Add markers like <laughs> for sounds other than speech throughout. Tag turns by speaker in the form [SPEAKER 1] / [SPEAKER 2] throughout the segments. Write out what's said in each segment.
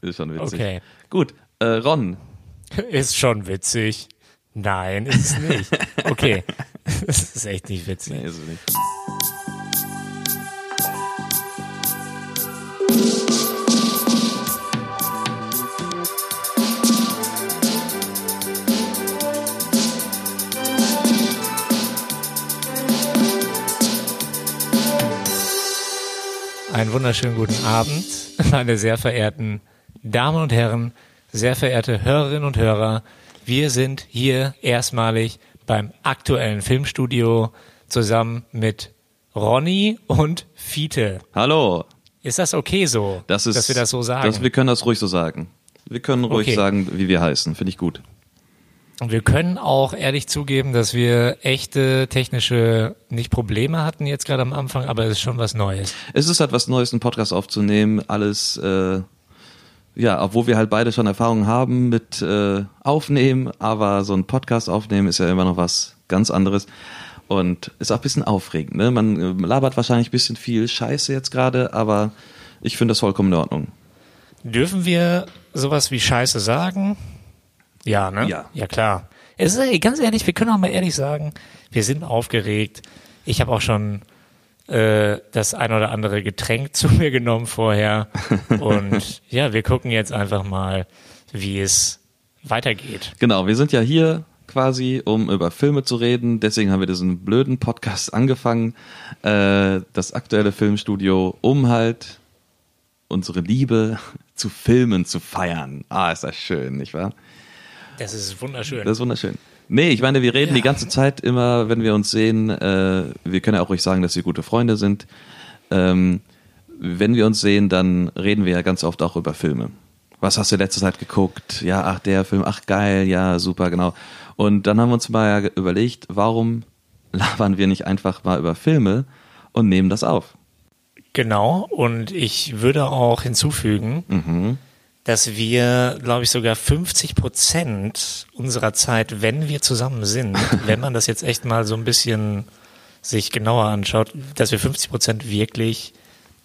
[SPEAKER 1] Ist schon witzig.
[SPEAKER 2] Okay.
[SPEAKER 1] Gut, äh, Ron.
[SPEAKER 2] Ist schon witzig. Nein, ist es nicht. Okay. Das ist echt nicht witzig.
[SPEAKER 1] Nee, ist es nicht.
[SPEAKER 2] Einen wunderschönen guten Abend, meine sehr verehrten Damen und Herren, sehr verehrte Hörerinnen und Hörer. Wir sind hier erstmalig beim aktuellen Filmstudio zusammen mit Ronny und Fiete.
[SPEAKER 1] Hallo.
[SPEAKER 2] Ist das okay so,
[SPEAKER 1] Das ist,
[SPEAKER 2] dass wir das so sagen?
[SPEAKER 1] Das, wir können das ruhig so sagen. Wir können ruhig
[SPEAKER 2] Okay.
[SPEAKER 1] sagen, wie wir heißen. Finde ich gut.
[SPEAKER 2] Und wir können auch ehrlich zugeben, dass wir echte technische, nicht Probleme hatten jetzt gerade am Anfang, aber es ist schon was Neues.
[SPEAKER 1] Es ist halt was Neues, einen Podcast aufzunehmen. Alles, äh, ja, obwohl wir halt beide schon Erfahrung haben mit äh, Aufnehmen, aber so ein Podcast aufnehmen ist ja immer noch was ganz anderes. Und ist auch ein bisschen aufregend. Ne? Man äh, labert wahrscheinlich ein bisschen viel Scheiße jetzt gerade, aber ich finde das vollkommen in Ordnung.
[SPEAKER 2] Dürfen wir sowas wie Scheiße sagen? Ja, ne?
[SPEAKER 1] Ja.
[SPEAKER 2] Ja, klar. Es ist, ganz ehrlich, wir können auch mal ehrlich sagen, wir sind aufgeregt. Ich habe auch schon äh, das ein oder andere Getränk <laughs> zu mir genommen vorher. Und ja, wir gucken jetzt einfach mal, wie es weitergeht.
[SPEAKER 1] Genau, wir sind ja hier quasi, um über Filme zu reden. Deswegen haben wir diesen blöden Podcast angefangen. Äh, das aktuelle Filmstudio, um halt unsere Liebe <laughs> zu Filmen zu feiern. Ah, ist das schön, nicht wahr?
[SPEAKER 2] Das ist wunderschön.
[SPEAKER 1] Das ist wunderschön. Nee, ich meine, wir reden die ganze Zeit immer, wenn wir uns sehen. Äh, wir können ja auch ruhig sagen, dass wir gute Freunde sind. Ähm, wenn wir uns sehen, dann reden wir ja ganz oft auch über Filme. Was hast du letzte Zeit geguckt? Ja, ach, der Film, ach, geil, ja, super, genau. Und dann haben wir uns mal ja überlegt, warum labern wir nicht einfach mal über Filme und nehmen das auf?
[SPEAKER 2] Genau, und ich würde auch hinzufügen, dass wir, glaube ich, sogar 50 Prozent unserer Zeit, wenn wir zusammen sind, wenn man das jetzt echt mal so ein bisschen sich genauer anschaut, dass wir 50 Prozent wirklich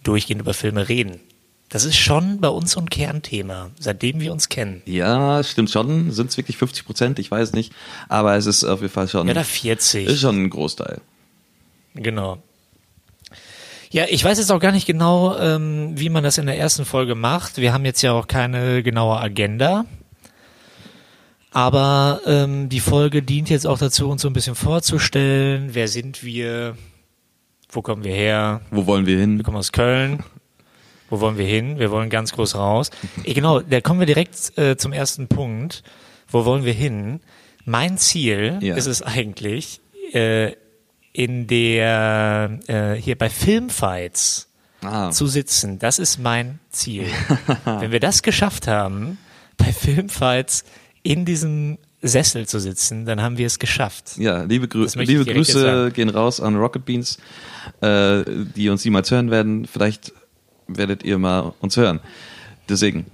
[SPEAKER 2] durchgehend über Filme reden. Das ist schon bei uns so ein Kernthema, seitdem wir uns kennen.
[SPEAKER 1] Mhm. Ja, stimmt schon. Sind es wirklich 50 Prozent? Ich weiß nicht. Aber es ist auf jeden Fall schon,
[SPEAKER 2] Ja, da
[SPEAKER 1] ist
[SPEAKER 2] 40,
[SPEAKER 1] schon ein Großteil.
[SPEAKER 2] genau. Ja, ich weiß jetzt auch gar nicht genau, ähm, wie man das in der ersten Folge macht. Wir haben jetzt ja auch keine genaue Agenda. Aber ähm, die Folge dient jetzt auch dazu, uns so ein bisschen vorzustellen. Wer sind wir? Wo kommen wir her?
[SPEAKER 1] Wo wollen wir hin?
[SPEAKER 2] Wir kommen aus Köln. Wo wollen wir hin? Wir wollen ganz groß raus. Eh, genau, da kommen wir direkt äh, zum ersten Punkt. Wo wollen wir hin? Mein Ziel
[SPEAKER 1] Ja.
[SPEAKER 2] ist es eigentlich, äh, in der äh, hier bei Filmfights
[SPEAKER 1] Ah.
[SPEAKER 2] zu sitzen. Das ist mein
[SPEAKER 1] <laughs>
[SPEAKER 2] Ziel. Wenn wir das geschafft haben, bei Filmfights in diesem Sessel zu sitzen, dann haben wir es geschafft.
[SPEAKER 1] Ja, liebe, Grü
[SPEAKER 2] Das möchte ich
[SPEAKER 1] liebe
[SPEAKER 2] direkt jetzt
[SPEAKER 1] Grüße
[SPEAKER 2] sagen.
[SPEAKER 1] gehen raus an Rocket Beans, äh, die uns niemals hören werden. Vielleicht werdet ihr mal uns hören. Deswegen.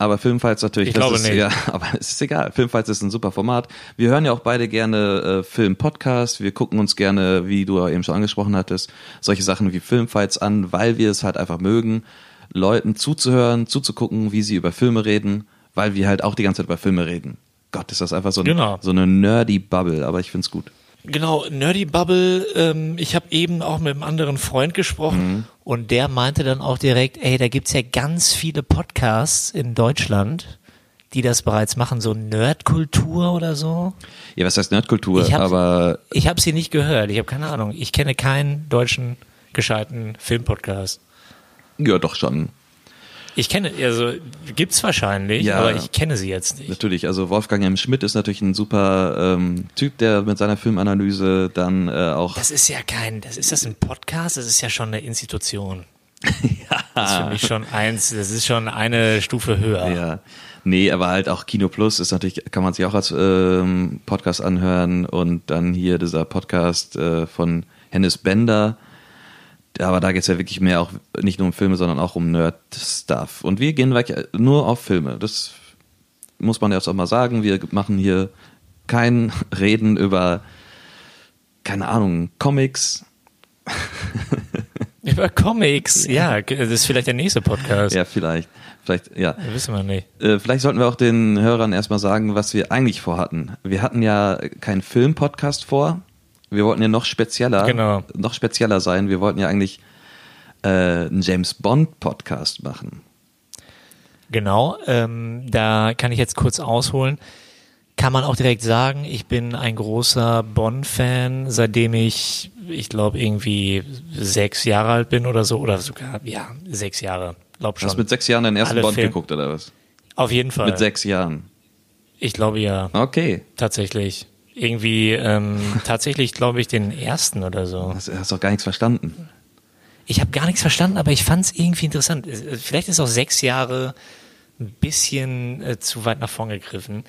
[SPEAKER 1] Aber Filmfights natürlich.
[SPEAKER 2] Ich glaube
[SPEAKER 1] ist,
[SPEAKER 2] nicht.
[SPEAKER 1] Ja, <laughs> aber es ist egal. Filmfights ist ein super Format. Wir hören ja auch beide gerne äh, Film-Podcasts. Wir gucken uns gerne, wie du ja eben schon angesprochen hattest, solche Sachen wie Filmfights an, weil wir es halt einfach mögen, Leuten zuzuhören, zuzugucken, wie sie über Filme reden, weil wir halt auch die ganze Zeit über Filme reden. Gott, ist das einfach so, ein,
[SPEAKER 2] Genau.
[SPEAKER 1] so eine nerdy Bubble, aber ich find's gut.
[SPEAKER 2] Genau, Nerdy Bubble, ähm, ich habe eben auch mit einem anderen Freund gesprochen und der meinte dann auch direkt, ey, da gibt's ja ganz viele Podcasts in Deutschland, die das bereits machen, so Nerdkultur oder so.
[SPEAKER 1] Ja, was heißt Nerdkultur?
[SPEAKER 2] Ich hab's-
[SPEAKER 1] aber
[SPEAKER 2] Ich habe sie nicht gehört, ich habe keine Ahnung. Ich kenne keinen deutschen gescheiten Filmpodcast.
[SPEAKER 1] ja, doch schon.
[SPEAKER 2] Ich kenne, also gibt's wahrscheinlich,
[SPEAKER 1] Ja.
[SPEAKER 2] aber ich kenne sie jetzt nicht.
[SPEAKER 1] Natürlich. Also Wolfgang M. Schmidt ist natürlich ein super ähm, Typ, der mit seiner Filmanalyse dann äh, auch.
[SPEAKER 2] Das ist ja kein, das ist das ein Podcast, das ist ja schon eine Institution. Das ist für mich schon eins, das ist schon eine Stufe höher.
[SPEAKER 1] Ja. Nee, aber halt auch Kino Plus ist natürlich, kann man sich auch als ähm, Podcast anhören und dann hier dieser Podcast äh, von Hennes Bender. Aber da geht's ja wirklich mehr auch nicht nur um Filme, sondern auch um Nerd-Stuff. Und wir gehen weg äh, nur auf Filme. Das muss man ja auch mal sagen. Wir machen hier kein <laughs> Reden über, keine Ahnung, Comics.
[SPEAKER 2] über Comics. Ja, das ist vielleicht der nächste Podcast.
[SPEAKER 1] Ja, vielleicht. Vielleicht, ja.
[SPEAKER 2] Wissen wir nicht.
[SPEAKER 1] Äh, vielleicht sollten wir auch den Hörern erstmal sagen, was wir eigentlich vorhatten. Wir hatten ja keinen Film-Podcast vor. Wir wollten ja noch spezieller,
[SPEAKER 2] Genau.
[SPEAKER 1] noch spezieller sein. Wir wollten ja eigentlich äh, einen James Bond-Podcast machen.
[SPEAKER 2] Genau, ähm, da kann ich jetzt kurz ausholen. Kann man auch direkt sagen, ich bin ein großer Bonn-Fan, seitdem ich, ich glaube, irgendwie sechs Jahre alt bin oder so, oder sogar, ja, sechs Jahre, glaub schon.
[SPEAKER 1] Hast mit sechs Jahren deinen ersten
[SPEAKER 2] Alle
[SPEAKER 1] Bond
[SPEAKER 2] Film-
[SPEAKER 1] geguckt, oder was?
[SPEAKER 2] Auf jeden Fall.
[SPEAKER 1] Mit sechs Jahren.
[SPEAKER 2] Ich glaube ja,
[SPEAKER 1] Okay.
[SPEAKER 2] tatsächlich. Irgendwie, ähm, tatsächlich glaube ich den ersten oder so.
[SPEAKER 1] Hast, hast doch gar nichts verstanden.
[SPEAKER 2] Ich habe gar nichts verstanden, aber ich fand es irgendwie interessant. Es- es- Vielleicht ist auch sechs Jahre ein bisschen äh, zu weit nach vorn gegriffen.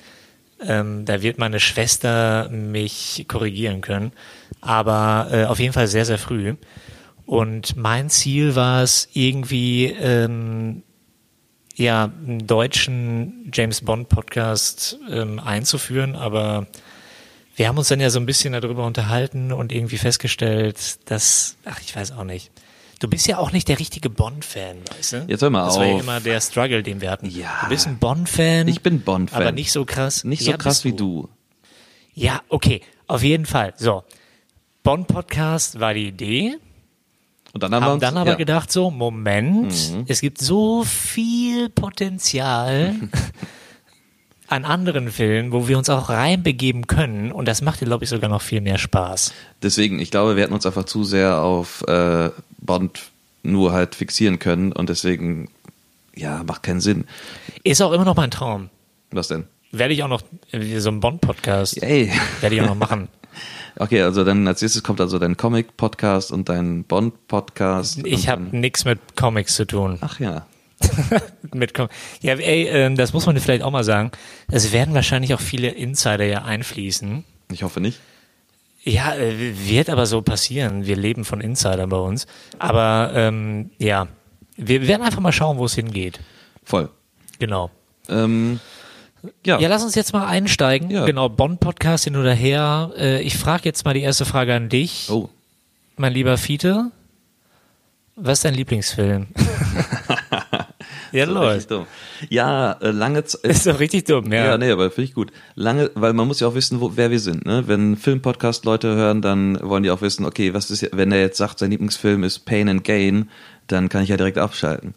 [SPEAKER 2] Ähm, da wird meine Schwester mich korrigieren können. Aber äh, auf jeden Fall sehr, sehr früh. Und mein Ziel war es, irgendwie ähm, ja, einen deutschen James Bond Podcast ähm, einzuführen, aber wir haben uns dann ja so ein bisschen darüber unterhalten und irgendwie festgestellt, dass, ach, ich weiß auch nicht. Du bist ja auch nicht der richtige Bond-Fan, weißt du?
[SPEAKER 1] Jetzt hör mal
[SPEAKER 2] das war ja
[SPEAKER 1] auf.
[SPEAKER 2] immer der Struggle, den wir hatten.
[SPEAKER 1] Ja.
[SPEAKER 2] Du bist ein Bond-Fan.
[SPEAKER 1] Ich bin Bond-Fan.
[SPEAKER 2] Aber nicht so krass.
[SPEAKER 1] Nicht so
[SPEAKER 2] Ja,
[SPEAKER 1] krass
[SPEAKER 2] bist
[SPEAKER 1] wie du.
[SPEAKER 2] Ja, okay. Auf jeden Fall. So. Bond-Podcast war die Idee
[SPEAKER 1] Und dann haben, wir
[SPEAKER 2] haben
[SPEAKER 1] uns,
[SPEAKER 2] dann aber
[SPEAKER 1] ja. Mhm.
[SPEAKER 2] gedacht so, Moment, es gibt so
[SPEAKER 1] <laughs>
[SPEAKER 2] viel Potenzial an anderen Filmen, wo wir uns auch reinbegeben können und das macht dir, glaube ich, sogar noch viel mehr Spaß.
[SPEAKER 1] Deswegen, ich glaube, wir hätten uns einfach zu sehr auf äh, Bond nur halt fixieren können und deswegen, ja, macht keinen Sinn.
[SPEAKER 2] Ist auch immer noch mein Traum.
[SPEAKER 1] Was denn?
[SPEAKER 2] Werde ich auch noch, äh, so ein Bond-Podcast,
[SPEAKER 1] Ey.
[SPEAKER 2] werde ich auch
[SPEAKER 1] <laughs>
[SPEAKER 2] noch machen.
[SPEAKER 1] Okay, also dann als nächstes kommt also dein Comic-Podcast und dein Bond-Podcast.
[SPEAKER 2] Ich
[SPEAKER 1] und
[SPEAKER 2] habe
[SPEAKER 1] dann-
[SPEAKER 2] nichts mit Comics zu tun.
[SPEAKER 1] Ach ja.
[SPEAKER 2] <laughs> mit Com- Ja, ey, ähm, das muss man dir vielleicht auch mal sagen. Es werden wahrscheinlich auch viele Insider ja einfließen.
[SPEAKER 1] Ich hoffe nicht.
[SPEAKER 2] Ja, äh, wird aber so passieren. Wir leben von Insider bei uns. Aber ähm, ja, wir werden einfach mal schauen, wo es hingeht.
[SPEAKER 1] Voll.
[SPEAKER 2] Genau.
[SPEAKER 1] Ähm, ja.
[SPEAKER 2] Ja, lass uns jetzt mal einsteigen.
[SPEAKER 1] Ja.
[SPEAKER 2] Genau, Bonn-Podcast hin oder her. Äh, ich frage jetzt mal die erste Frage an dich,
[SPEAKER 1] oh.
[SPEAKER 2] mein lieber Fiete. Was ist
[SPEAKER 1] <laughs>
[SPEAKER 2] dein Lieblingsfilm? <laughs> ja,
[SPEAKER 1] so richtig
[SPEAKER 2] läuft.
[SPEAKER 1] dumm. Ja, äh, lange Zeit.
[SPEAKER 2] Ist doch richtig dumm, ja.
[SPEAKER 1] Ja, nee, aber finde ich gut. Lange, weil man muss ja auch wissen, wo, wer wir sind. Ne? Wenn Filmpodcast-Leute hören, dann wollen die auch wissen, okay, was ist, wenn er jetzt sagt, sein Lieblingsfilm ist Pain and Gain, dann kann ich ja direkt abschalten.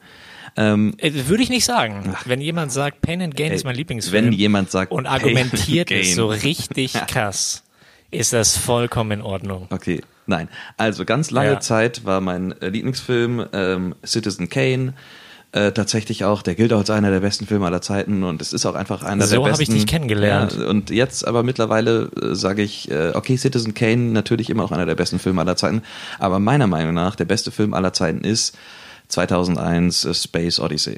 [SPEAKER 1] Ähm, äh,
[SPEAKER 2] Äh, Würde ich nicht sagen. Wenn jemand sagt, Pain and Gain ist mein Lieblingsfilm.
[SPEAKER 1] wenn jemand sagt,
[SPEAKER 2] und
[SPEAKER 1] Pain and
[SPEAKER 2] argumentiert es
[SPEAKER 1] Gain. <laughs>
[SPEAKER 2] so richtig krass, ist das vollkommen in Ordnung.
[SPEAKER 1] Okay, nein. Also ganz lange
[SPEAKER 2] Ja.
[SPEAKER 1] Zeit war mein äh, Lieblingsfilm ähm, Citizen Kane. Äh, tatsächlich auch, der gilt auch als einer der besten Filme aller Zeiten und es ist auch einfach einer
[SPEAKER 2] So
[SPEAKER 1] der besten.
[SPEAKER 2] habe ich dich kennengelernt.
[SPEAKER 1] Ja, und jetzt aber mittlerweile äh, sage ich, äh, okay, Citizen Kane natürlich immer auch einer der besten Filme aller Zeiten, aber meiner Meinung nach der beste Film aller Zeiten ist 2001 äh, Space Odyssey.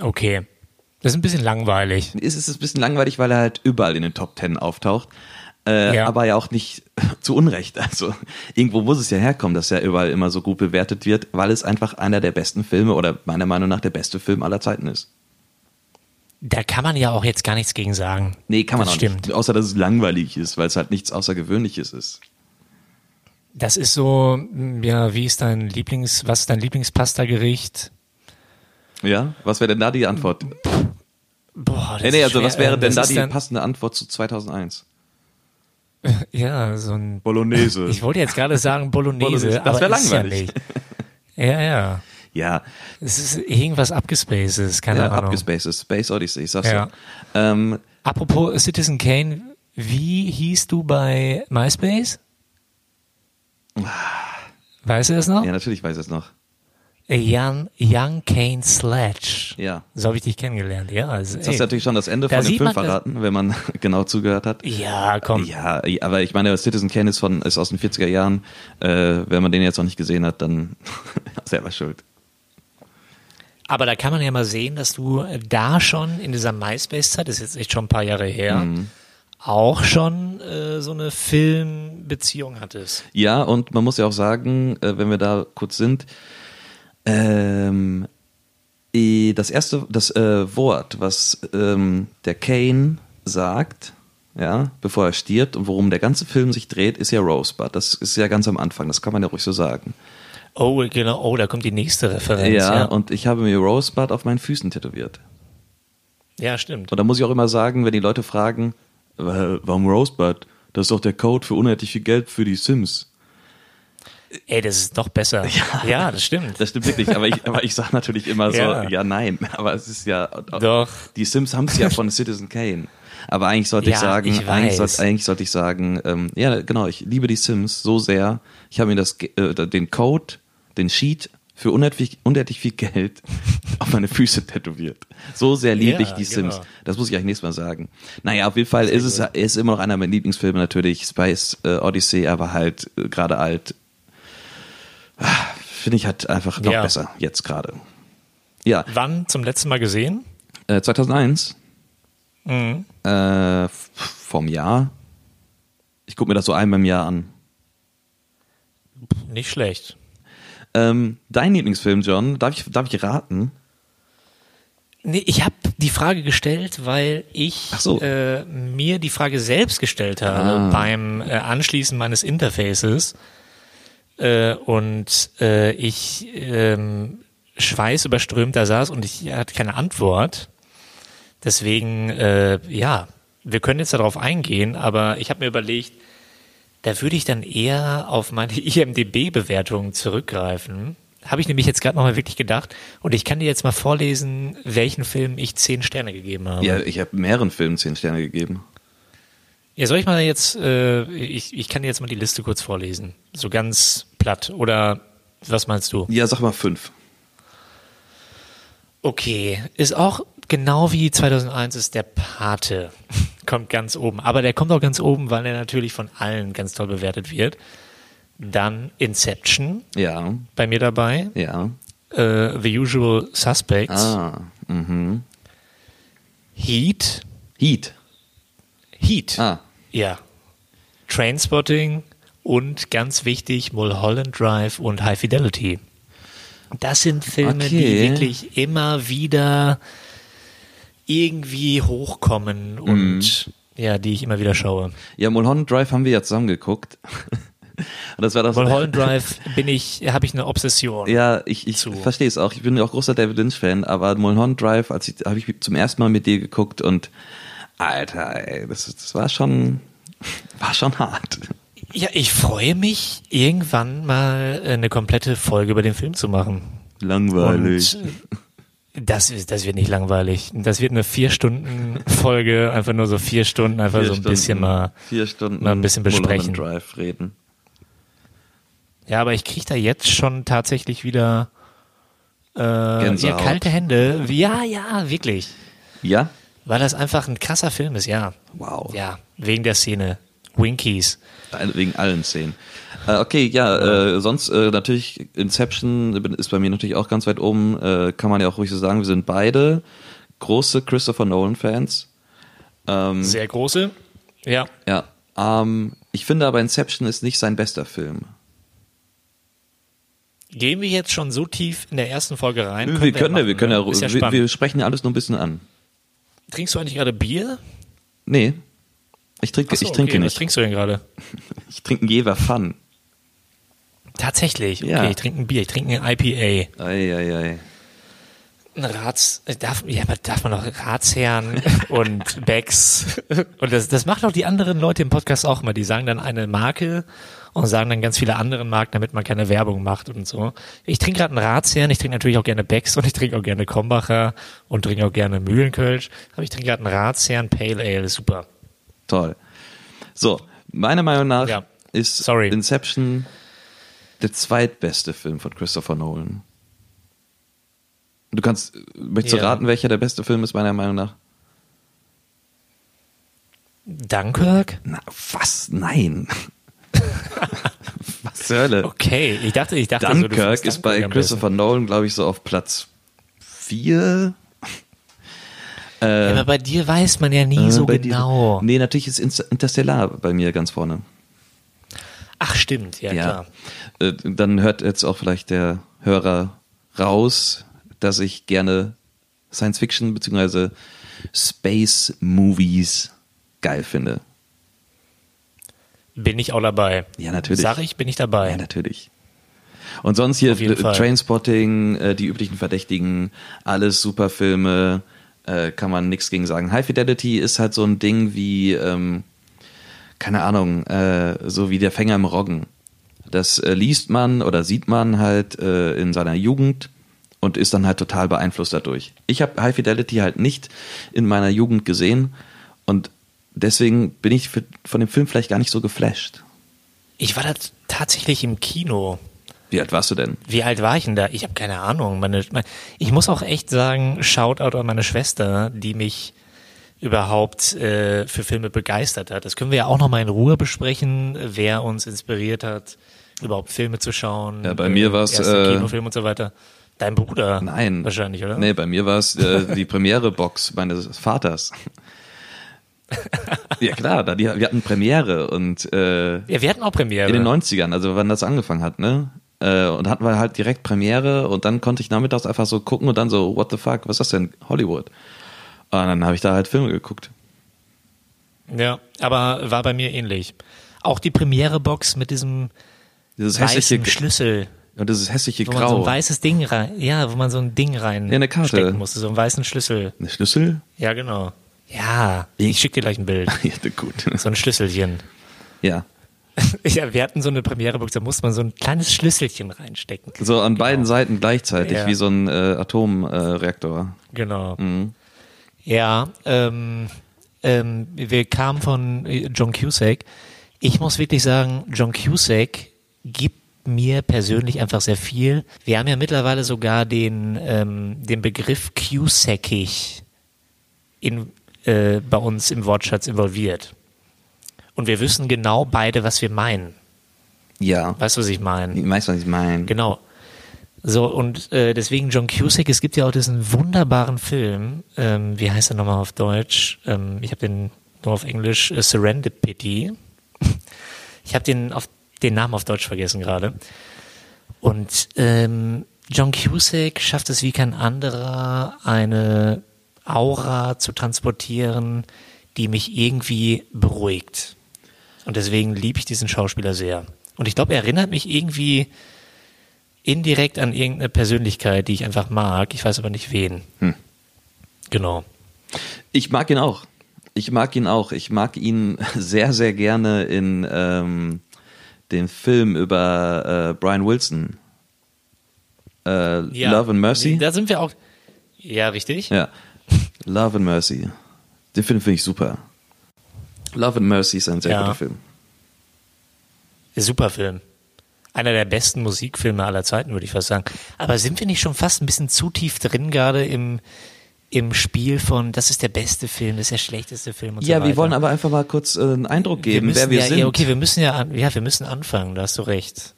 [SPEAKER 2] Okay. Das ist ein bisschen langweilig.
[SPEAKER 1] ist es ein bisschen langweilig, weil er halt überall in den Top Ten auftaucht. Äh,
[SPEAKER 2] Ja.
[SPEAKER 1] Aber ja auch nicht <laughs> zu Unrecht. Also irgendwo muss es ja herkommen, dass er überall immer so gut bewertet wird, weil es einfach einer der besten Filme oder meiner Meinung nach der beste Film aller Zeiten ist.
[SPEAKER 2] Da kann man ja auch jetzt gar nichts gegen sagen.
[SPEAKER 1] Nee, kann man
[SPEAKER 2] das
[SPEAKER 1] auch
[SPEAKER 2] stimmt.
[SPEAKER 1] nicht. Außer, dass es langweilig ist, weil es halt nichts Außergewöhnliches ist.
[SPEAKER 2] Das ist so, mm, ja, wie ist dein Lieblings, was ist dein Lieblingspasta-Gericht?
[SPEAKER 1] Ja? Was wäre denn da die Antwort?
[SPEAKER 2] Boah, das
[SPEAKER 1] Nee, nee, also
[SPEAKER 2] ist schwer. Äh,
[SPEAKER 1] was wäre denn
[SPEAKER 2] das
[SPEAKER 1] da
[SPEAKER 2] ist
[SPEAKER 1] die
[SPEAKER 2] dann-
[SPEAKER 1] passende Antwort zu 2001?
[SPEAKER 2] Ja, so ein,
[SPEAKER 1] Bolognese.
[SPEAKER 2] ich wollte jetzt
[SPEAKER 1] <laughs>
[SPEAKER 2] gerade sagen Bolognese,
[SPEAKER 1] Bolognese. Das
[SPEAKER 2] aber
[SPEAKER 1] wär
[SPEAKER 2] ist
[SPEAKER 1] langweilig.
[SPEAKER 2] Ja, nicht. ja, ja.
[SPEAKER 1] ja,
[SPEAKER 2] Es ist irgendwas abgespacedes, keine
[SPEAKER 1] ja
[SPEAKER 2] Ahnung.
[SPEAKER 1] abgespaced ist. Space Odyssey, ich sag's ja.
[SPEAKER 2] Ja.
[SPEAKER 1] ja. Ähm,
[SPEAKER 2] Apropos Citizen Kane, wie hieß du bei MySpace? Weißt du das noch?
[SPEAKER 1] ja, natürlich weiß ich es noch.
[SPEAKER 2] Jan, Young Kane Sledge.
[SPEAKER 1] Ja.
[SPEAKER 2] So habe ich dich kennengelernt, ja. Also,
[SPEAKER 1] Das ist
[SPEAKER 2] ey.
[SPEAKER 1] natürlich schon das Ende
[SPEAKER 2] Da
[SPEAKER 1] von dem
[SPEAKER 2] sieht
[SPEAKER 1] Film
[SPEAKER 2] man das-
[SPEAKER 1] verraten, wenn man <laughs> genau zugehört hat.
[SPEAKER 2] ja, komm.
[SPEAKER 1] Ja, aber ich meine, Citizen Kane ist, von, ist aus den 40er Jahren. Äh, wenn man den jetzt noch nicht gesehen hat, dann <laughs> selber schuld.
[SPEAKER 2] Aber da kann man ja mal sehen, dass du da schon in dieser MySpace-Zeit, das ist jetzt echt schon ein paar Jahre her,
[SPEAKER 1] Mhm.
[SPEAKER 2] auch schon äh, so eine Filmbeziehung hattest.
[SPEAKER 1] Ja, und man muss ja auch sagen, äh, wenn wir da kurz sind, ähm, i- das erste, das äh, Wort, was ähm, der Kane sagt, ja, bevor er stirbt und worum der ganze Film sich dreht, ist ja Rosebud. Das ist ja ganz am Anfang, das kann man ja ruhig so sagen.
[SPEAKER 2] Oh, genau, oh, da kommt die nächste Referenz.
[SPEAKER 1] ja, und ich habe mir Rosebud auf meinen Füßen tätowiert.
[SPEAKER 2] ja stimmt.
[SPEAKER 1] Und da muss ich auch immer sagen, wenn die Leute fragen, äh, warum Rosebud? Das ist doch der Code für unendlich viel Geld für die Sims.
[SPEAKER 2] Ey, das ist noch besser.
[SPEAKER 1] <laughs>
[SPEAKER 2] Ja, das stimmt.
[SPEAKER 1] Das stimmt wirklich, aber ich, aber ich sage natürlich immer so, ja.
[SPEAKER 2] Ja.
[SPEAKER 1] nein. Aber es ist ja.
[SPEAKER 2] Doch.
[SPEAKER 1] Die Sims haben es ja von Citizen Kane. Aber eigentlich sollte ich
[SPEAKER 2] Ja,
[SPEAKER 1] sagen,
[SPEAKER 2] ich
[SPEAKER 1] eigentlich,
[SPEAKER 2] weiß.
[SPEAKER 1] sollte, eigentlich sollte ich sagen, ähm, ja, genau, ich liebe die Sims so sehr. Ich habe mir das, Ge- äh, den Code, den Sheet für unendlich, unendlich viel Geld <laughs> auf meine Füße tätowiert. So sehr liebe
[SPEAKER 2] Ja,
[SPEAKER 1] ich die Sims.
[SPEAKER 2] genau.
[SPEAKER 1] Das muss ich euch nächstes Mal sagen. Naja, auf jeden Fall ist es ist immer noch einer meiner Lieblingsfilme natürlich. Space äh, Odyssey, aber halt äh, gerade alt. Ah, Finde ich halt einfach noch
[SPEAKER 2] Ja.
[SPEAKER 1] besser jetzt gerade. Ja,
[SPEAKER 2] Wann zum letzten Mal gesehen?
[SPEAKER 1] äh, 2001
[SPEAKER 2] Mhm.
[SPEAKER 1] äh, f- vom Jahr. Ich gucke mir das so einmal im Jahr an.
[SPEAKER 2] Nicht schlecht.
[SPEAKER 1] Ähm, dein Lieblingsfilm, John, darf ich, darf ich raten?
[SPEAKER 2] Nee, ich habe die Frage gestellt, weil ich
[SPEAKER 1] Ach so.
[SPEAKER 2] äh, mir die Frage selbst gestellt habe beim äh, Anschließen meines Interfaces. Äh, und äh, ich ähm, schweißüberströmt da saß und ich hatte keine Antwort. Deswegen, äh, ja, wir können jetzt darauf eingehen, aber ich habe mir überlegt, da würde ich dann eher auf meine <laughs> IMDB-Bewertung zurückgreifen. Habe ich nämlich jetzt gerade nochmal wirklich gedacht. Und ich kann dir jetzt mal vorlesen, welchen Film ich zehn Sterne gegeben habe.
[SPEAKER 1] Ja, ich habe mehreren Filmen zehn Sterne gegeben.
[SPEAKER 2] Ja, soll ich mal jetzt, äh, ich, ich kann dir jetzt mal die Liste kurz vorlesen. So ganz platt. Oder was meinst du?
[SPEAKER 1] Ja, sag mal fünf.
[SPEAKER 2] Okay, ist auch genau wie 2001 ist der Pate. <laughs> kommt ganz oben. Aber der kommt auch ganz oben, weil er natürlich von allen ganz toll bewertet wird. Dann Inception
[SPEAKER 1] Ja,
[SPEAKER 2] bei mir dabei.
[SPEAKER 1] ja.
[SPEAKER 2] Äh, The Usual Suspects.
[SPEAKER 1] Ah, mhm.
[SPEAKER 2] Heat.
[SPEAKER 1] Heat.
[SPEAKER 2] Heat.
[SPEAKER 1] Ah,
[SPEAKER 2] Ja. Trainspotting und ganz wichtig Mulholland Drive und High Fidelity. Das sind Filme,
[SPEAKER 1] Okay.
[SPEAKER 2] die wirklich immer wieder irgendwie hochkommen und
[SPEAKER 1] Mhm.
[SPEAKER 2] ja, die ich immer wieder schaue.
[SPEAKER 1] ja, Mulholland Drive haben wir ja zusammen geguckt. <laughs> Und das war das. <laughs>
[SPEAKER 2] Mulholland Drive bin ich, habe ich eine Obsession.
[SPEAKER 1] Ja, ich, ich
[SPEAKER 2] zu.
[SPEAKER 1] verstehe es auch. Ich bin auch großer David Lynch-Fan, aber Mulholland Drive, als ich, habe ich zum ersten Mal mit dir geguckt und Alter, ey, das, das war schon, <laughs> war schon hart.
[SPEAKER 2] ja, ich freue mich, irgendwann mal eine komplette Folge über den Film zu machen.
[SPEAKER 1] Langweilig.
[SPEAKER 2] Und äh, das, ist- das wird nicht langweilig. Das wird eine vier Stunden Folge, einfach nur so vier Stunden, einfach so ein bisschen mal.
[SPEAKER 1] vier Stunden
[SPEAKER 2] mal ein bisschen besprechen.
[SPEAKER 1] Mulholland Drive reden.
[SPEAKER 2] Ja, aber ich kriege da jetzt schon tatsächlich wieder äh, ja,
[SPEAKER 1] Gänsehaut.
[SPEAKER 2] kalte Hände. Ja, ja, wirklich.
[SPEAKER 1] Ja?
[SPEAKER 2] Weil das einfach ein krasser Film ist, ja.
[SPEAKER 1] Wow.
[SPEAKER 2] Ja, wegen der Szene. Winkies.
[SPEAKER 1] Wegen allen Szenen. Äh, okay, ja, äh, sonst äh, natürlich Inception ist bei mir natürlich auch ganz weit oben. Äh, kann man ja auch ruhig so sagen, wir sind beide große Christopher Nolan-Fans. Ähm,
[SPEAKER 2] Sehr große. Ja.
[SPEAKER 1] ja. Ähm, ich finde aber Inception ist nicht sein bester Film.
[SPEAKER 2] Gehen wir jetzt schon so tief in der ersten Folge rein?
[SPEAKER 1] wir können ja,
[SPEAKER 2] machen,
[SPEAKER 1] wir können
[SPEAKER 2] ne?
[SPEAKER 1] ja,
[SPEAKER 2] Ist ja
[SPEAKER 1] wir,
[SPEAKER 2] spannend.
[SPEAKER 1] wir sprechen ja alles nur ein bisschen an.
[SPEAKER 2] Trinkst du eigentlich gerade Bier?
[SPEAKER 1] Nee. Ich trinke,
[SPEAKER 2] Achso,
[SPEAKER 1] ich trinke
[SPEAKER 2] okay, Was
[SPEAKER 1] nicht.
[SPEAKER 2] trinkst du denn gerade?
[SPEAKER 1] Ich trinke einen Jever Fun.
[SPEAKER 2] Tatsächlich. Okay,
[SPEAKER 1] Ja.
[SPEAKER 2] ich trinke ein Bier, ich trinke ein IPA.
[SPEAKER 1] Ei, ei, ei.
[SPEAKER 2] Ein Rats, äh, darf, ja, aber darf man auch Ratsherren <laughs> und Becks. Und das, das macht auch die anderen Leute im Podcast auch mal. Die sagen dann eine Marke und sagen dann ganz viele anderen Marken, damit man keine Werbung macht und so. Ich trinke gerade einen Ratsherren, ich trinke natürlich auch gerne Becks und ich trinke auch gerne Kombacher und trinke auch gerne Mühlenkölsch. Aber ich trinke gerade einen Ratsherren Pale Ale, super.
[SPEAKER 1] Toll. So, meiner Meinung nach
[SPEAKER 2] Ja.
[SPEAKER 1] ist
[SPEAKER 2] Sorry.
[SPEAKER 1] Inception der zweitbeste Film von Christopher Nolan. Du kannst, möchtest du
[SPEAKER 2] Ja.
[SPEAKER 1] raten, welcher der beste Film ist, meiner Meinung nach?
[SPEAKER 2] Dunkirk?
[SPEAKER 1] Na, was?
[SPEAKER 2] <laughs>
[SPEAKER 1] Nein. <laughs> was zur
[SPEAKER 2] Oh,
[SPEAKER 1] Hölle?
[SPEAKER 2] Okay, ich dachte, ich dachte, so, Also, du
[SPEAKER 1] Dunkirk
[SPEAKER 2] findest
[SPEAKER 1] ist bei
[SPEAKER 2] Dunkirk am besten.
[SPEAKER 1] Christopher Nolan, glaube ich, so auf Platz 4. äh,
[SPEAKER 2] Ja, aber bei dir weiß man ja nie so genau.
[SPEAKER 1] Nee, natürlich ist Inter- Interstellar bei mir ganz vorne.
[SPEAKER 2] Ach, stimmt, ja,
[SPEAKER 1] Ja.
[SPEAKER 2] klar.
[SPEAKER 1] Äh, Dann hört jetzt auch vielleicht der Hörer raus, dass ich gerne Science Fiction bzw. Space Movies geil finde.
[SPEAKER 2] Bin ich auch dabei.
[SPEAKER 1] Ja, natürlich.
[SPEAKER 2] Sag ich, bin ich dabei.
[SPEAKER 1] Ja, natürlich. Und sonst hier
[SPEAKER 2] Auf jeden
[SPEAKER 1] äh,
[SPEAKER 2] Fall.
[SPEAKER 1] Trainspotting, äh, die üblichen Verdächtigen, alles Superfilme, äh, kann man nichts gegen sagen. High Fidelity ist halt so ein Ding wie, ähm, keine Ahnung, äh, so wie der Fänger im Roggen. Das äh, liest man oder sieht man halt äh, in seiner Jugend und ist dann halt total beeinflusst dadurch. Ich habe High Fidelity halt nicht in meiner Jugend gesehen und deswegen bin ich für, von dem Film vielleicht gar nicht so geflasht.
[SPEAKER 2] Ich war da tatsächlich im Kino.
[SPEAKER 1] Wie alt warst du denn?
[SPEAKER 2] Wie alt war ich denn da? Ich habe keine Ahnung. Meine, mein- ich muss auch echt sagen, Shoutout an meine Schwester, die mich überhaupt äh, für Filme begeistert hat. Das können wir ja auch nochmal in Ruhe besprechen, wer uns inspiriert hat, überhaupt Filme zu schauen.
[SPEAKER 1] Ja, bei mir war's,
[SPEAKER 2] erste
[SPEAKER 1] äh,
[SPEAKER 2] Kinofilm und so weiter. Dein Bruder?
[SPEAKER 1] Nein.
[SPEAKER 2] Wahrscheinlich, oder?
[SPEAKER 1] Nee, bei mir war es äh,
[SPEAKER 2] <laughs>
[SPEAKER 1] die Premiere-Box meines Vaters. ja klar, da die, wir hatten Premiere und äh,
[SPEAKER 2] Ja, wir hatten auch Premiere.
[SPEAKER 1] in den 90ern, also wann das angefangen hat, ne? Äh, und hatten wir halt direkt Premiere und dann konnte ich nachmittags einfach so gucken und dann so, what the fuck, was ist das denn? Hollywood. Und dann habe ich da halt Filme geguckt.
[SPEAKER 2] ja, aber war bei mir ähnlich. Auch die Premiere-Box mit diesem
[SPEAKER 1] Dieses hässliche,
[SPEAKER 2] weißen Schlüssel.
[SPEAKER 1] und dieses hässliche
[SPEAKER 2] Wo man so
[SPEAKER 1] Grau.
[SPEAKER 2] ein weißes Ding rein, ja, wo man so ein Ding rein
[SPEAKER 1] Ja, eine Karte.
[SPEAKER 2] stecken musste, so einen weißen Schlüssel.
[SPEAKER 1] Eine Schlüssel? <laughs>
[SPEAKER 2] Ja, genau. Ja, ich schicke dir gleich ein Bild.
[SPEAKER 1] ja, gut.
[SPEAKER 2] So ein Schlüsselchen. <laughs>
[SPEAKER 1] ja.
[SPEAKER 2] Ja, wir hatten so eine Premiere-Box, da musste man so ein kleines Schlüsselchen reinstecken.
[SPEAKER 1] So an beiden Seiten gleichzeitig,
[SPEAKER 2] Genau. Ja.
[SPEAKER 1] wie so ein äh, Atomreaktor.
[SPEAKER 2] Genau. Ja, ähm, ähm, wir kamen von äh, John Cusack. Ich muss wirklich sagen, John Cusack gibt mir persönlich einfach sehr viel. Wir haben ja mittlerweile sogar den, ähm, den Begriff Cusackig in, äh, bei uns im Wortschatz involviert. Und wir wissen genau beide, was wir meinen.
[SPEAKER 1] ja.
[SPEAKER 2] Weißt du, was ich meine?
[SPEAKER 1] Weißt du, was ich meine?
[SPEAKER 2] Genau. So, und äh, deswegen John Cusack, es gibt ja auch diesen wunderbaren Film, ähm, wie heißt er nochmal auf Deutsch? Ähm, ich habe den nur auf Englisch, äh, Serendipity. Ich habe den, auf- den Namen auf Deutsch vergessen gerade. Und ähm, John Cusack schafft es wie kein anderer, eine Aura zu transportieren, die mich irgendwie beruhigt. Und deswegen liebe ich diesen Schauspieler sehr. Und ich glaube, er erinnert mich irgendwie indirekt an irgendeine Persönlichkeit, die ich einfach mag. Ich weiß aber nicht wen.
[SPEAKER 1] Hm.
[SPEAKER 2] Genau.
[SPEAKER 1] Ich mag ihn auch. Ich mag ihn auch. Ich mag ihn <laughs> sehr, sehr gerne in ähm, dem Film über äh, Brian Wilson. Äh, Love and Mercy.
[SPEAKER 2] Da sind wir auch. Ja, richtig.
[SPEAKER 1] Ja. Love and Mercy. Den Film finde ich super. Love and Mercy ist ein sehr
[SPEAKER 2] Ja.
[SPEAKER 1] guter Film.
[SPEAKER 2] Super Film. Einer der besten Musikfilme aller Zeiten, würde ich fast sagen. Aber sind wir nicht schon fast ein bisschen zu tief drin, gerade im, im Spiel von, das ist der beste Film, das ist der schlechteste Film und so
[SPEAKER 1] Ja,
[SPEAKER 2] weiter.
[SPEAKER 1] wir wollen aber einfach mal kurz äh, einen Eindruck geben,
[SPEAKER 2] müssen
[SPEAKER 1] wer wir
[SPEAKER 2] ja,
[SPEAKER 1] sind.
[SPEAKER 2] Ja, okay, wir müssen ja, an, ja, wir müssen anfangen, da hast du recht.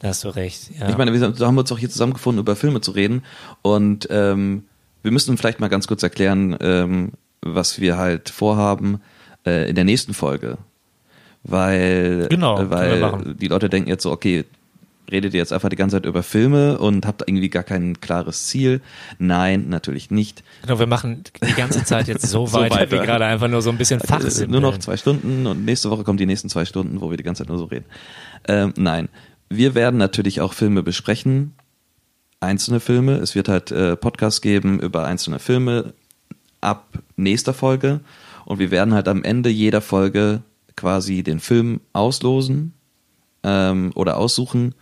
[SPEAKER 2] Da hast du recht. Ja.
[SPEAKER 1] Ich meine, wir sind- da haben wir uns auch hier zusammengefunden, über Filme zu reden. Und ähm, wir müssen vielleicht mal ganz kurz erklären, ähm, was wir halt vorhaben äh, in der nächsten Folge. Weil,
[SPEAKER 2] Genau,
[SPEAKER 1] äh,
[SPEAKER 2] können wir
[SPEAKER 1] weil
[SPEAKER 2] machen.
[SPEAKER 1] die Leute denken jetzt so, okay, redet ihr jetzt einfach die ganze Zeit über Filme und habt irgendwie gar kein klares Ziel? Nein, natürlich nicht.
[SPEAKER 2] Genau, wir machen die ganze Zeit jetzt
[SPEAKER 1] <laughs>
[SPEAKER 2] so,
[SPEAKER 1] So
[SPEAKER 2] weiter,
[SPEAKER 1] weiter.
[SPEAKER 2] wie gerade einfach nur so ein bisschen
[SPEAKER 1] Äh,
[SPEAKER 2] Fachsimpeln.
[SPEAKER 1] Nur noch zwei Stunden und nächste Woche kommen die nächsten zwei Stunden, wo wir die ganze Zeit nur so reden. Ähm, nein, wir werden natürlich auch Filme besprechen, einzelne Filme. Es wird halt äh, Podcasts geben über einzelne Filme ab nächster Folge und wir werden halt am Ende jeder Folge quasi den Film auslosen ähm, oder aussuchen,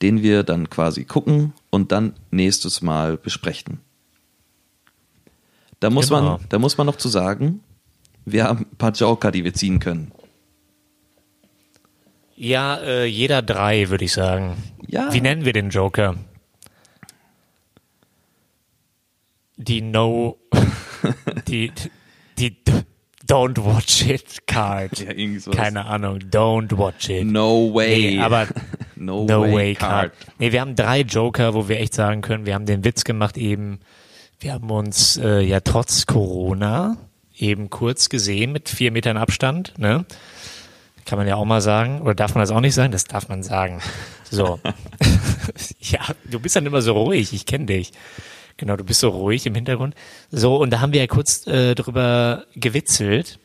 [SPEAKER 1] den wir dann quasi gucken und dann nächstes Mal besprechen. Da muss,
[SPEAKER 2] Genau.
[SPEAKER 1] man, da muss man noch zu sagen, wir haben ein paar Joker, die wir ziehen können.
[SPEAKER 2] Ja, äh, jeder drei, würde ich sagen.
[SPEAKER 1] Ja.
[SPEAKER 2] Wie nennen wir den Joker?
[SPEAKER 1] <laughs>
[SPEAKER 2] Die No. die. Die Don't Watch It Card.
[SPEAKER 1] Ja, irgendwie sowas.
[SPEAKER 2] Keine Ahnung. Don't Watch It.
[SPEAKER 1] No way. <laughs>
[SPEAKER 2] Nee, aber
[SPEAKER 1] no,
[SPEAKER 2] No
[SPEAKER 1] way,
[SPEAKER 2] way,
[SPEAKER 1] card.
[SPEAKER 2] Card. Nee, wir haben drei Joker, wo wir echt sagen können, wir haben den Witz gemacht eben. Wir haben uns äh, ja trotz Corona eben kurz gesehen mit vier Metern Abstand. Ne? Kann man ja auch mal sagen. Oder darf man das auch nicht sagen? Das darf man sagen. <laughs> So. <laughs> ja, du bist dann immer so ruhig. Ich kenne dich. Genau, du bist so ruhig im Hintergrund. So, und da haben wir ja kurz äh, drüber gewitzelt.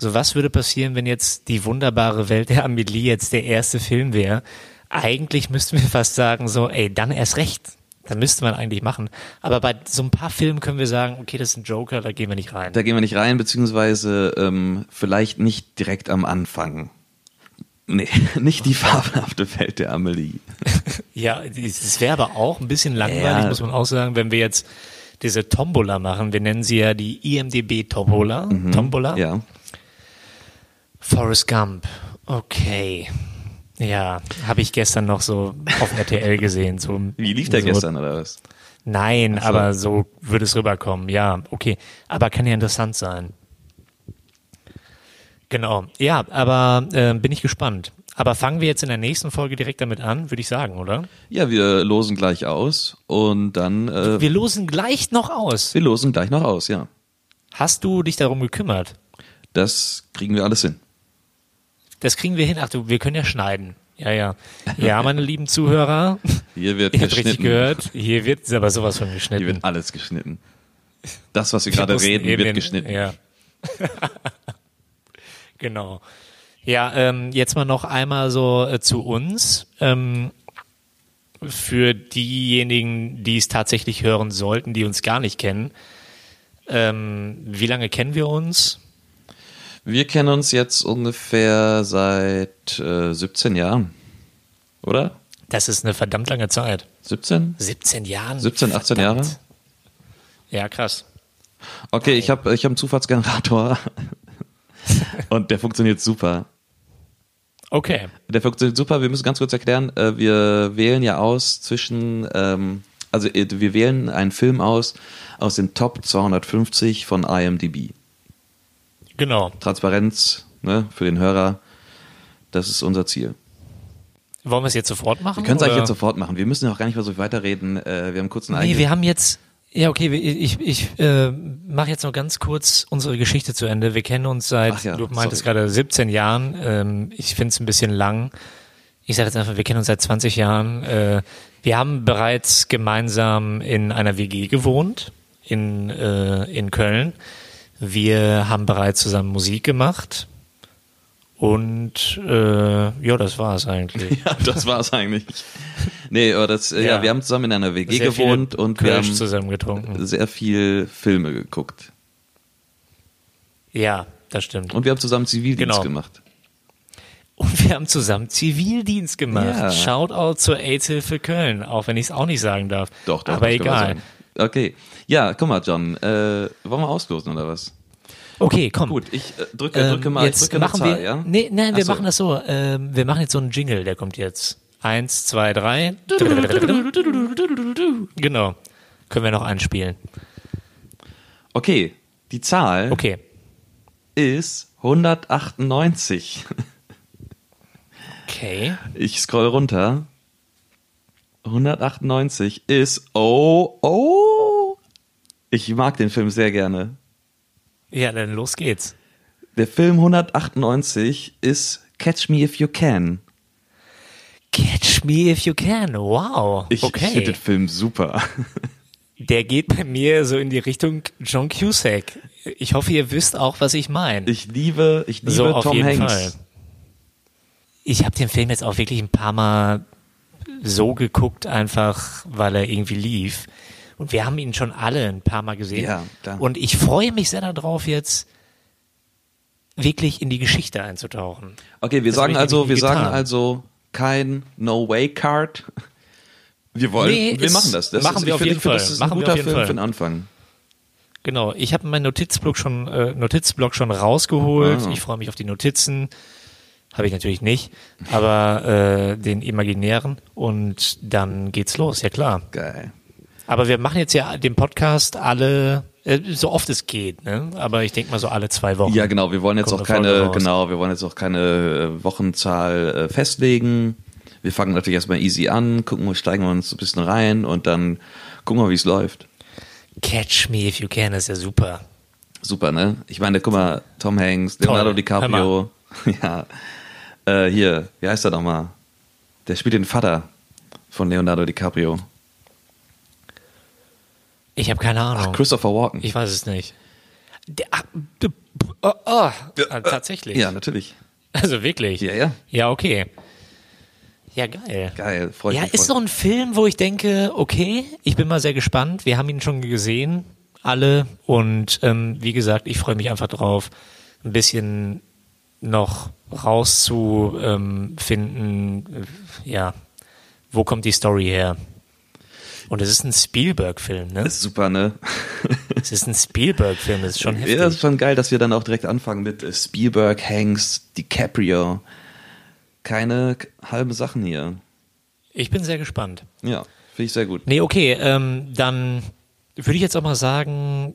[SPEAKER 2] So, was würde passieren, wenn jetzt die wunderbare Welt der Amelie jetzt der erste Film wäre? eigentlich müssten wir fast sagen, so, ey, dann erst recht. Dann müsste man eigentlich machen. Aber bei so ein paar Filmen können wir sagen, okay, das ist ein Joker, da gehen wir nicht rein.
[SPEAKER 1] Da gehen wir nicht rein, beziehungsweise ähm, vielleicht nicht direkt am Anfang. Nee, <laughs> nicht die fabelhafte Welt der Amelie.
[SPEAKER 2] ja, es wäre aber auch ein bisschen langweilig,
[SPEAKER 1] Ja.
[SPEAKER 2] muss man auch sagen, wenn wir jetzt diese Tombola machen. Wir nennen sie ja die IMDB Tombola. Tombola.
[SPEAKER 1] Mhm. Ja.
[SPEAKER 2] Forrest Gump. Okay. Ja, habe ich gestern noch so auf RTL gesehen. So,
[SPEAKER 1] <laughs> Wie lief der
[SPEAKER 2] so,
[SPEAKER 1] gestern oder was?
[SPEAKER 2] Nein,
[SPEAKER 1] so.
[SPEAKER 2] aber so würde es rüberkommen. Ja, okay. Aber kann ja interessant sein. Genau. Ja, aber äh, bin ich gespannt. Aber fangen wir jetzt in der nächsten Folge direkt damit an, würde ich sagen, oder?
[SPEAKER 1] Ja, wir losen gleich aus und dann äh,
[SPEAKER 2] Wir losen gleich noch aus.
[SPEAKER 1] wir losen gleich noch aus, ja.
[SPEAKER 2] Hast du dich darum gekümmert?
[SPEAKER 1] Das kriegen wir alles hin.
[SPEAKER 2] Das kriegen wir hin. Ach du, wir können ja schneiden. Ja, ja. Ja, meine lieben Zuhörer,
[SPEAKER 1] Hier wird
[SPEAKER 2] ihr habt richtig
[SPEAKER 1] geschnitten.
[SPEAKER 2] gehört. Hier wird aber sowas von
[SPEAKER 1] Hier
[SPEAKER 2] geschnitten.
[SPEAKER 1] wird alles geschnitten. Das, was wir
[SPEAKER 2] Wir
[SPEAKER 1] gerade
[SPEAKER 2] mussten
[SPEAKER 1] reden,
[SPEAKER 2] eben
[SPEAKER 1] wird
[SPEAKER 2] den-
[SPEAKER 1] geschnitten.
[SPEAKER 2] Ja. <laughs> genau. Ja, ähm, jetzt mal noch einmal so äh, zu uns. Ähm, für diejenigen, die es tatsächlich hören sollten, die uns gar nicht kennen. Ähm, wie lange kennen wir uns?
[SPEAKER 1] Wir kennen uns jetzt ungefähr seit äh, 17 Jahren. Oder?
[SPEAKER 2] Das ist eine verdammt lange Zeit.
[SPEAKER 1] 17?
[SPEAKER 2] 17 Jahren?
[SPEAKER 1] 17, 18 Jahre?
[SPEAKER 2] Verdammt. Ja, krass.
[SPEAKER 1] Okay, ich habe ich hab einen Zufallsgenerator. <laughs> Und der funktioniert super.
[SPEAKER 2] Okay.
[SPEAKER 1] Der funktioniert super. Wir müssen ganz kurz erklären, äh, wir wählen ja aus zwischen, ähm, also äh, wir wählen einen Film aus aus den Top 250 von IMDb.
[SPEAKER 2] Genau.
[SPEAKER 1] Transparenz ne, für den Hörer, das ist unser Ziel.
[SPEAKER 2] Wollen wir es jetzt sofort machen?
[SPEAKER 1] Wir können es eigentlich
[SPEAKER 2] oder?
[SPEAKER 1] jetzt sofort machen. Wir müssen auch gar nicht mehr so viel weiterreden. Äh, wir haben kurz einen <laughs>
[SPEAKER 2] Nee,
[SPEAKER 1] eigenen.
[SPEAKER 2] wir haben jetzt. Ja, okay, wir- ich, ich äh, mache jetzt noch ganz kurz unsere Geschichte zu Ende. Wir kennen uns
[SPEAKER 1] Ach
[SPEAKER 2] seit,
[SPEAKER 1] ja,
[SPEAKER 2] du meintest
[SPEAKER 1] sorry.
[SPEAKER 2] gerade 17 Jahren. Ähm, ich finde es ein bisschen lang. Ich sage jetzt einfach, wir kennen uns seit 20 Jahren. Äh, wir haben bereits gemeinsam in einer WG gewohnt in, äh, in Köln. Wir haben bereits zusammen Musik gemacht. Und äh, ja, das war
[SPEAKER 1] <laughs>
[SPEAKER 2] es eigentlich.
[SPEAKER 1] ja, das war's eigentlich. Nee, aber das, äh, ja.
[SPEAKER 2] Ja.
[SPEAKER 1] wir haben zusammen in einer WG
[SPEAKER 2] Sehr viele
[SPEAKER 1] gewohnt und wir
[SPEAKER 2] Kölsch
[SPEAKER 1] haben
[SPEAKER 2] zusammen getrunken.
[SPEAKER 1] sehr viel Filme geguckt. äh,
[SPEAKER 2] Ja, das stimmt.
[SPEAKER 1] Und wir haben zusammen Zivildienst
[SPEAKER 2] Genau.
[SPEAKER 1] gemacht.
[SPEAKER 2] Und wir haben zusammen Zivildienst gemacht.
[SPEAKER 1] Ja.
[SPEAKER 2] Shoutout zur AIDS-Hilfe Köln, auch wenn ich es auch nicht sagen darf.
[SPEAKER 1] Doch, doch.
[SPEAKER 2] Aber
[SPEAKER 1] das kann man
[SPEAKER 2] egal.
[SPEAKER 1] sagen. Okay. Ja, guck mal, John. Äh, wollen wir auslosen oder was?
[SPEAKER 2] Okay, komm.
[SPEAKER 1] Gut, ich äh, drücke,
[SPEAKER 2] Ähm,
[SPEAKER 1] drücke mal
[SPEAKER 2] jetzt
[SPEAKER 1] ich drücke
[SPEAKER 2] machen
[SPEAKER 1] eine Zahl,
[SPEAKER 2] wir,
[SPEAKER 1] ja?
[SPEAKER 2] nee, nein, wir
[SPEAKER 1] Ach so.
[SPEAKER 2] machen das so. Ähm, wir machen jetzt so einen Jingle, der kommt jetzt. Eins, zwei, drei. Genau. Können wir noch einspielen.
[SPEAKER 1] Okay, die Zahl
[SPEAKER 2] Okay.
[SPEAKER 1] ist 198.
[SPEAKER 2] Okay.
[SPEAKER 1] Ich scroll runter. 198 ist. Oh, oh. Ich mag den Film sehr gerne.
[SPEAKER 2] Ja, dann los geht's.
[SPEAKER 1] Der Film 198 ist Catch Me If You Can.
[SPEAKER 2] Catch me if you can. Wow.
[SPEAKER 1] Ich, ich finde
[SPEAKER 2] okay.
[SPEAKER 1] den Film super.
[SPEAKER 2] Der geht bei mir so in die Richtung John Cusack. Ich hoffe, ihr wisst auch, was ich meine.
[SPEAKER 1] Ich liebe, ich liebe
[SPEAKER 2] So, auf
[SPEAKER 1] Tom
[SPEAKER 2] jeden
[SPEAKER 1] Hanks.
[SPEAKER 2] Fall. Ich habe den Film jetzt auch wirklich ein paar Mal so geguckt, einfach weil er irgendwie lief. Und wir haben ihn schon alle ein paar Mal gesehen.
[SPEAKER 1] Ja, klar.
[SPEAKER 2] Und ich freue mich sehr darauf, jetzt wirklich in die Geschichte einzutauchen.
[SPEAKER 1] Okay, wir
[SPEAKER 2] Das
[SPEAKER 1] sagen
[SPEAKER 2] hab ich
[SPEAKER 1] also,
[SPEAKER 2] nämlich
[SPEAKER 1] wir
[SPEAKER 2] nie
[SPEAKER 1] sagen
[SPEAKER 2] getan.
[SPEAKER 1] also kein No Way Card. Wir wollen,
[SPEAKER 2] Nee,
[SPEAKER 1] wir
[SPEAKER 2] ist-
[SPEAKER 1] machen das. das
[SPEAKER 2] machen
[SPEAKER 1] ist,
[SPEAKER 2] wir
[SPEAKER 1] ich
[SPEAKER 2] auf
[SPEAKER 1] finde-
[SPEAKER 2] jeden
[SPEAKER 1] ich finde,
[SPEAKER 2] Fall.
[SPEAKER 1] Das ist
[SPEAKER 2] Machen
[SPEAKER 1] ein
[SPEAKER 2] wir
[SPEAKER 1] guter
[SPEAKER 2] auf jeden
[SPEAKER 1] Film
[SPEAKER 2] Fall.
[SPEAKER 1] für den Anfang.
[SPEAKER 2] Genau, ich habe meinen Notizblock schon, äh, Notizblock schon rausgeholt.
[SPEAKER 1] Ah.
[SPEAKER 2] Ich freue mich auf die Notizen. Habe ich natürlich nicht, aber äh, den imaginären. Und dann geht's los, ja klar.
[SPEAKER 1] Geil.
[SPEAKER 2] Aber wir machen jetzt ja den Podcast alle, äh, so oft es geht, ne? Aber ich denke mal so alle zwei Wochen.
[SPEAKER 1] Ja, genau. Wir wollen jetzt
[SPEAKER 2] Kommt
[SPEAKER 1] auch
[SPEAKER 2] eine Folge
[SPEAKER 1] keine,
[SPEAKER 2] raus.
[SPEAKER 1] genau, wir wollen jetzt auch keine äh, Wochenzahl äh, festlegen. Wir fangen natürlich erstmal easy an, gucken, wir- steigen wir uns ein bisschen rein und dann gucken wir, wie es läuft.
[SPEAKER 2] Catch me if you can, ist ja super.
[SPEAKER 1] Super, ne? Ich meine, guck mal, Tom Hanks, Leonardo
[SPEAKER 2] Toll.
[SPEAKER 1] DiCaprio. <laughs> Ja. Äh, hier, wie heißt er nochmal? Der spielt den Vater von Leonardo DiCaprio.
[SPEAKER 2] Ich habe keine Ahnung.
[SPEAKER 1] Christopher Walken.
[SPEAKER 2] Oh. ich weiß es nicht. Der, ah, d- oh, oh. Ah, tatsächlich.
[SPEAKER 1] Ja, natürlich.
[SPEAKER 2] Also wirklich.
[SPEAKER 1] Ja, ja.
[SPEAKER 2] Ja, okay. Ja, geil.
[SPEAKER 1] Geil, freut
[SPEAKER 2] ja,
[SPEAKER 1] mich.
[SPEAKER 2] ist
[SPEAKER 1] voll.
[SPEAKER 2] so ein Film, wo ich denke, okay, ich bin mal sehr gespannt. Wir haben ihn schon gesehen, alle. Und ähm, wie gesagt, ich freue mich einfach drauf, ein bisschen noch rauszufinden, äh, ja, wo kommt die Story her? Und es ist ein Spielberg-Film,
[SPEAKER 1] <laughs>
[SPEAKER 2] ne?
[SPEAKER 1] ist super, ne?
[SPEAKER 2] Es ist ein Spielberg-Film, das ist schon heftig.
[SPEAKER 1] Ja, das ist schon geil, dass wir dann auch direkt anfangen mit äh, Spielberg, Hanks, DiCaprio. Keine k- halben Sachen hier.
[SPEAKER 2] Ich bin sehr gespannt.
[SPEAKER 1] Ja, finde ich sehr gut.
[SPEAKER 2] Nee, okay, ähm, dann würde ich jetzt auch mal sagen,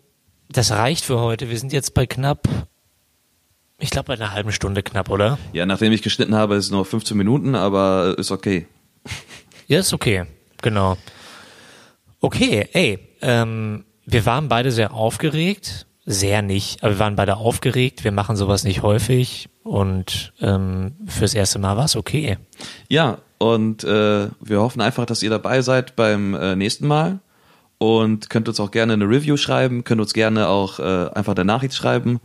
[SPEAKER 2] das reicht für heute. Wir sind jetzt bei knapp, ich glaube bei einer halben Stunde knapp, oder?
[SPEAKER 1] Ja, nachdem ich geschnitten habe, ist es nur 15 Minuten, aber ist okay.
[SPEAKER 2] Ja, ist okay, genau. Okay, ey, ähm, wir waren beide sehr aufgeregt. Sehr nicht, aber wir waren beide aufgeregt. Wir machen sowas nicht häufig und ähm, fürs erste Mal war es okay.
[SPEAKER 1] Ja, und äh, wir hoffen einfach, dass ihr dabei seid beim äh, nächsten Mal und könnt uns auch gerne eine Review schreiben, könnt uns gerne auch äh, einfach eine Nachricht schreiben.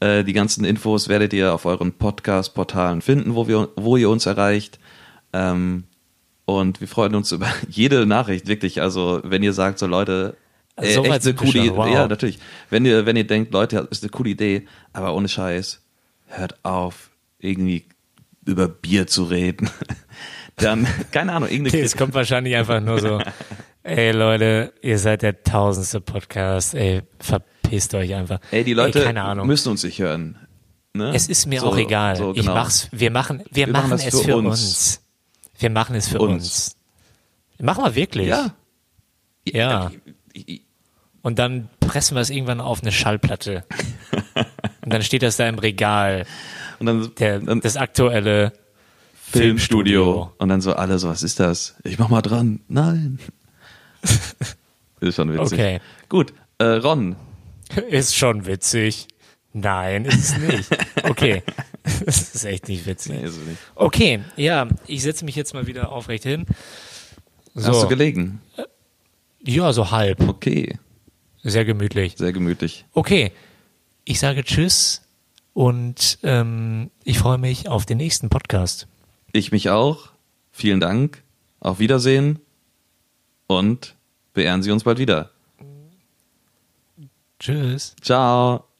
[SPEAKER 1] Äh, die ganzen Infos werdet ihr auf euren Podcast-Portalen finden, wo, wir, wo ihr uns erreicht. Ähm, und wir freuen uns über <laughs> jede Nachricht, wirklich. Also, wenn ihr sagt, so Leute, äh,
[SPEAKER 2] So weit
[SPEAKER 1] echt eine
[SPEAKER 2] sind wir
[SPEAKER 1] coole
[SPEAKER 2] schon,
[SPEAKER 1] Idee.
[SPEAKER 2] wow.
[SPEAKER 1] Ja, natürlich. Wenn ihr, wenn ihr denkt, Leute, ist eine coole Idee, aber ohne Scheiß, hört auf, irgendwie über Bier zu reden. <laughs> Dann, keine Ahnung, irgendeine
[SPEAKER 2] <laughs> Es kommt wahrscheinlich einfach nur so, ey Leute, ihr seid der tausendste Podcast, ey, verpisst euch einfach.
[SPEAKER 1] Ey, die Leute
[SPEAKER 2] Ey, keine Ahnung.
[SPEAKER 1] müssen uns nicht hören. Ne?
[SPEAKER 2] es ist mir
[SPEAKER 1] So-
[SPEAKER 2] auch egal.
[SPEAKER 1] so,
[SPEAKER 2] Ich
[SPEAKER 1] genau.
[SPEAKER 2] mach's, wir machen, wir,
[SPEAKER 1] Wir machen
[SPEAKER 2] machen,
[SPEAKER 1] das
[SPEAKER 2] es
[SPEAKER 1] für
[SPEAKER 2] für,
[SPEAKER 1] uns.
[SPEAKER 2] uns. Wir machen es für
[SPEAKER 1] Uns.
[SPEAKER 2] uns. Machen wir wirklich.
[SPEAKER 1] Ja.
[SPEAKER 2] Ja.
[SPEAKER 1] Ich- ich-
[SPEAKER 2] Und dann pressen wir es irgendwann auf
[SPEAKER 1] <laughs>
[SPEAKER 2] eine Schallplatte. Und dann steht das da im Regal,
[SPEAKER 1] Und dann,
[SPEAKER 2] der,
[SPEAKER 1] dann
[SPEAKER 2] das aktuelle
[SPEAKER 1] Filmstudio.
[SPEAKER 2] Filmstudio.
[SPEAKER 1] Und dann so alle so, was ist das? Ich mach mal dran. Nein. <laughs> ist schon witzig.
[SPEAKER 2] Okay.
[SPEAKER 1] Gut, äh, Ron,
[SPEAKER 2] Ist schon witzig. Nein, ist es nicht.
[SPEAKER 1] <laughs>
[SPEAKER 2] Okay. Das ist echt nicht witzig.
[SPEAKER 1] Nee, ist es nicht.
[SPEAKER 2] Okay, ja, ich setze mich jetzt mal wieder aufrecht hin.
[SPEAKER 1] hast du
[SPEAKER 2] So,
[SPEAKER 1] gelegen?
[SPEAKER 2] ja, so halb.
[SPEAKER 1] Okay,
[SPEAKER 2] Sehr gemütlich.
[SPEAKER 1] sehr gemütlich.
[SPEAKER 2] Okay, ich sage Tschüss und ähm, ich freue mich auf den nächsten Podcast.
[SPEAKER 1] Ich mich auch. Vielen Dank. Auf Wiedersehen. Und beehren Sie uns bald wieder.
[SPEAKER 2] Tschüss.
[SPEAKER 1] Ciao.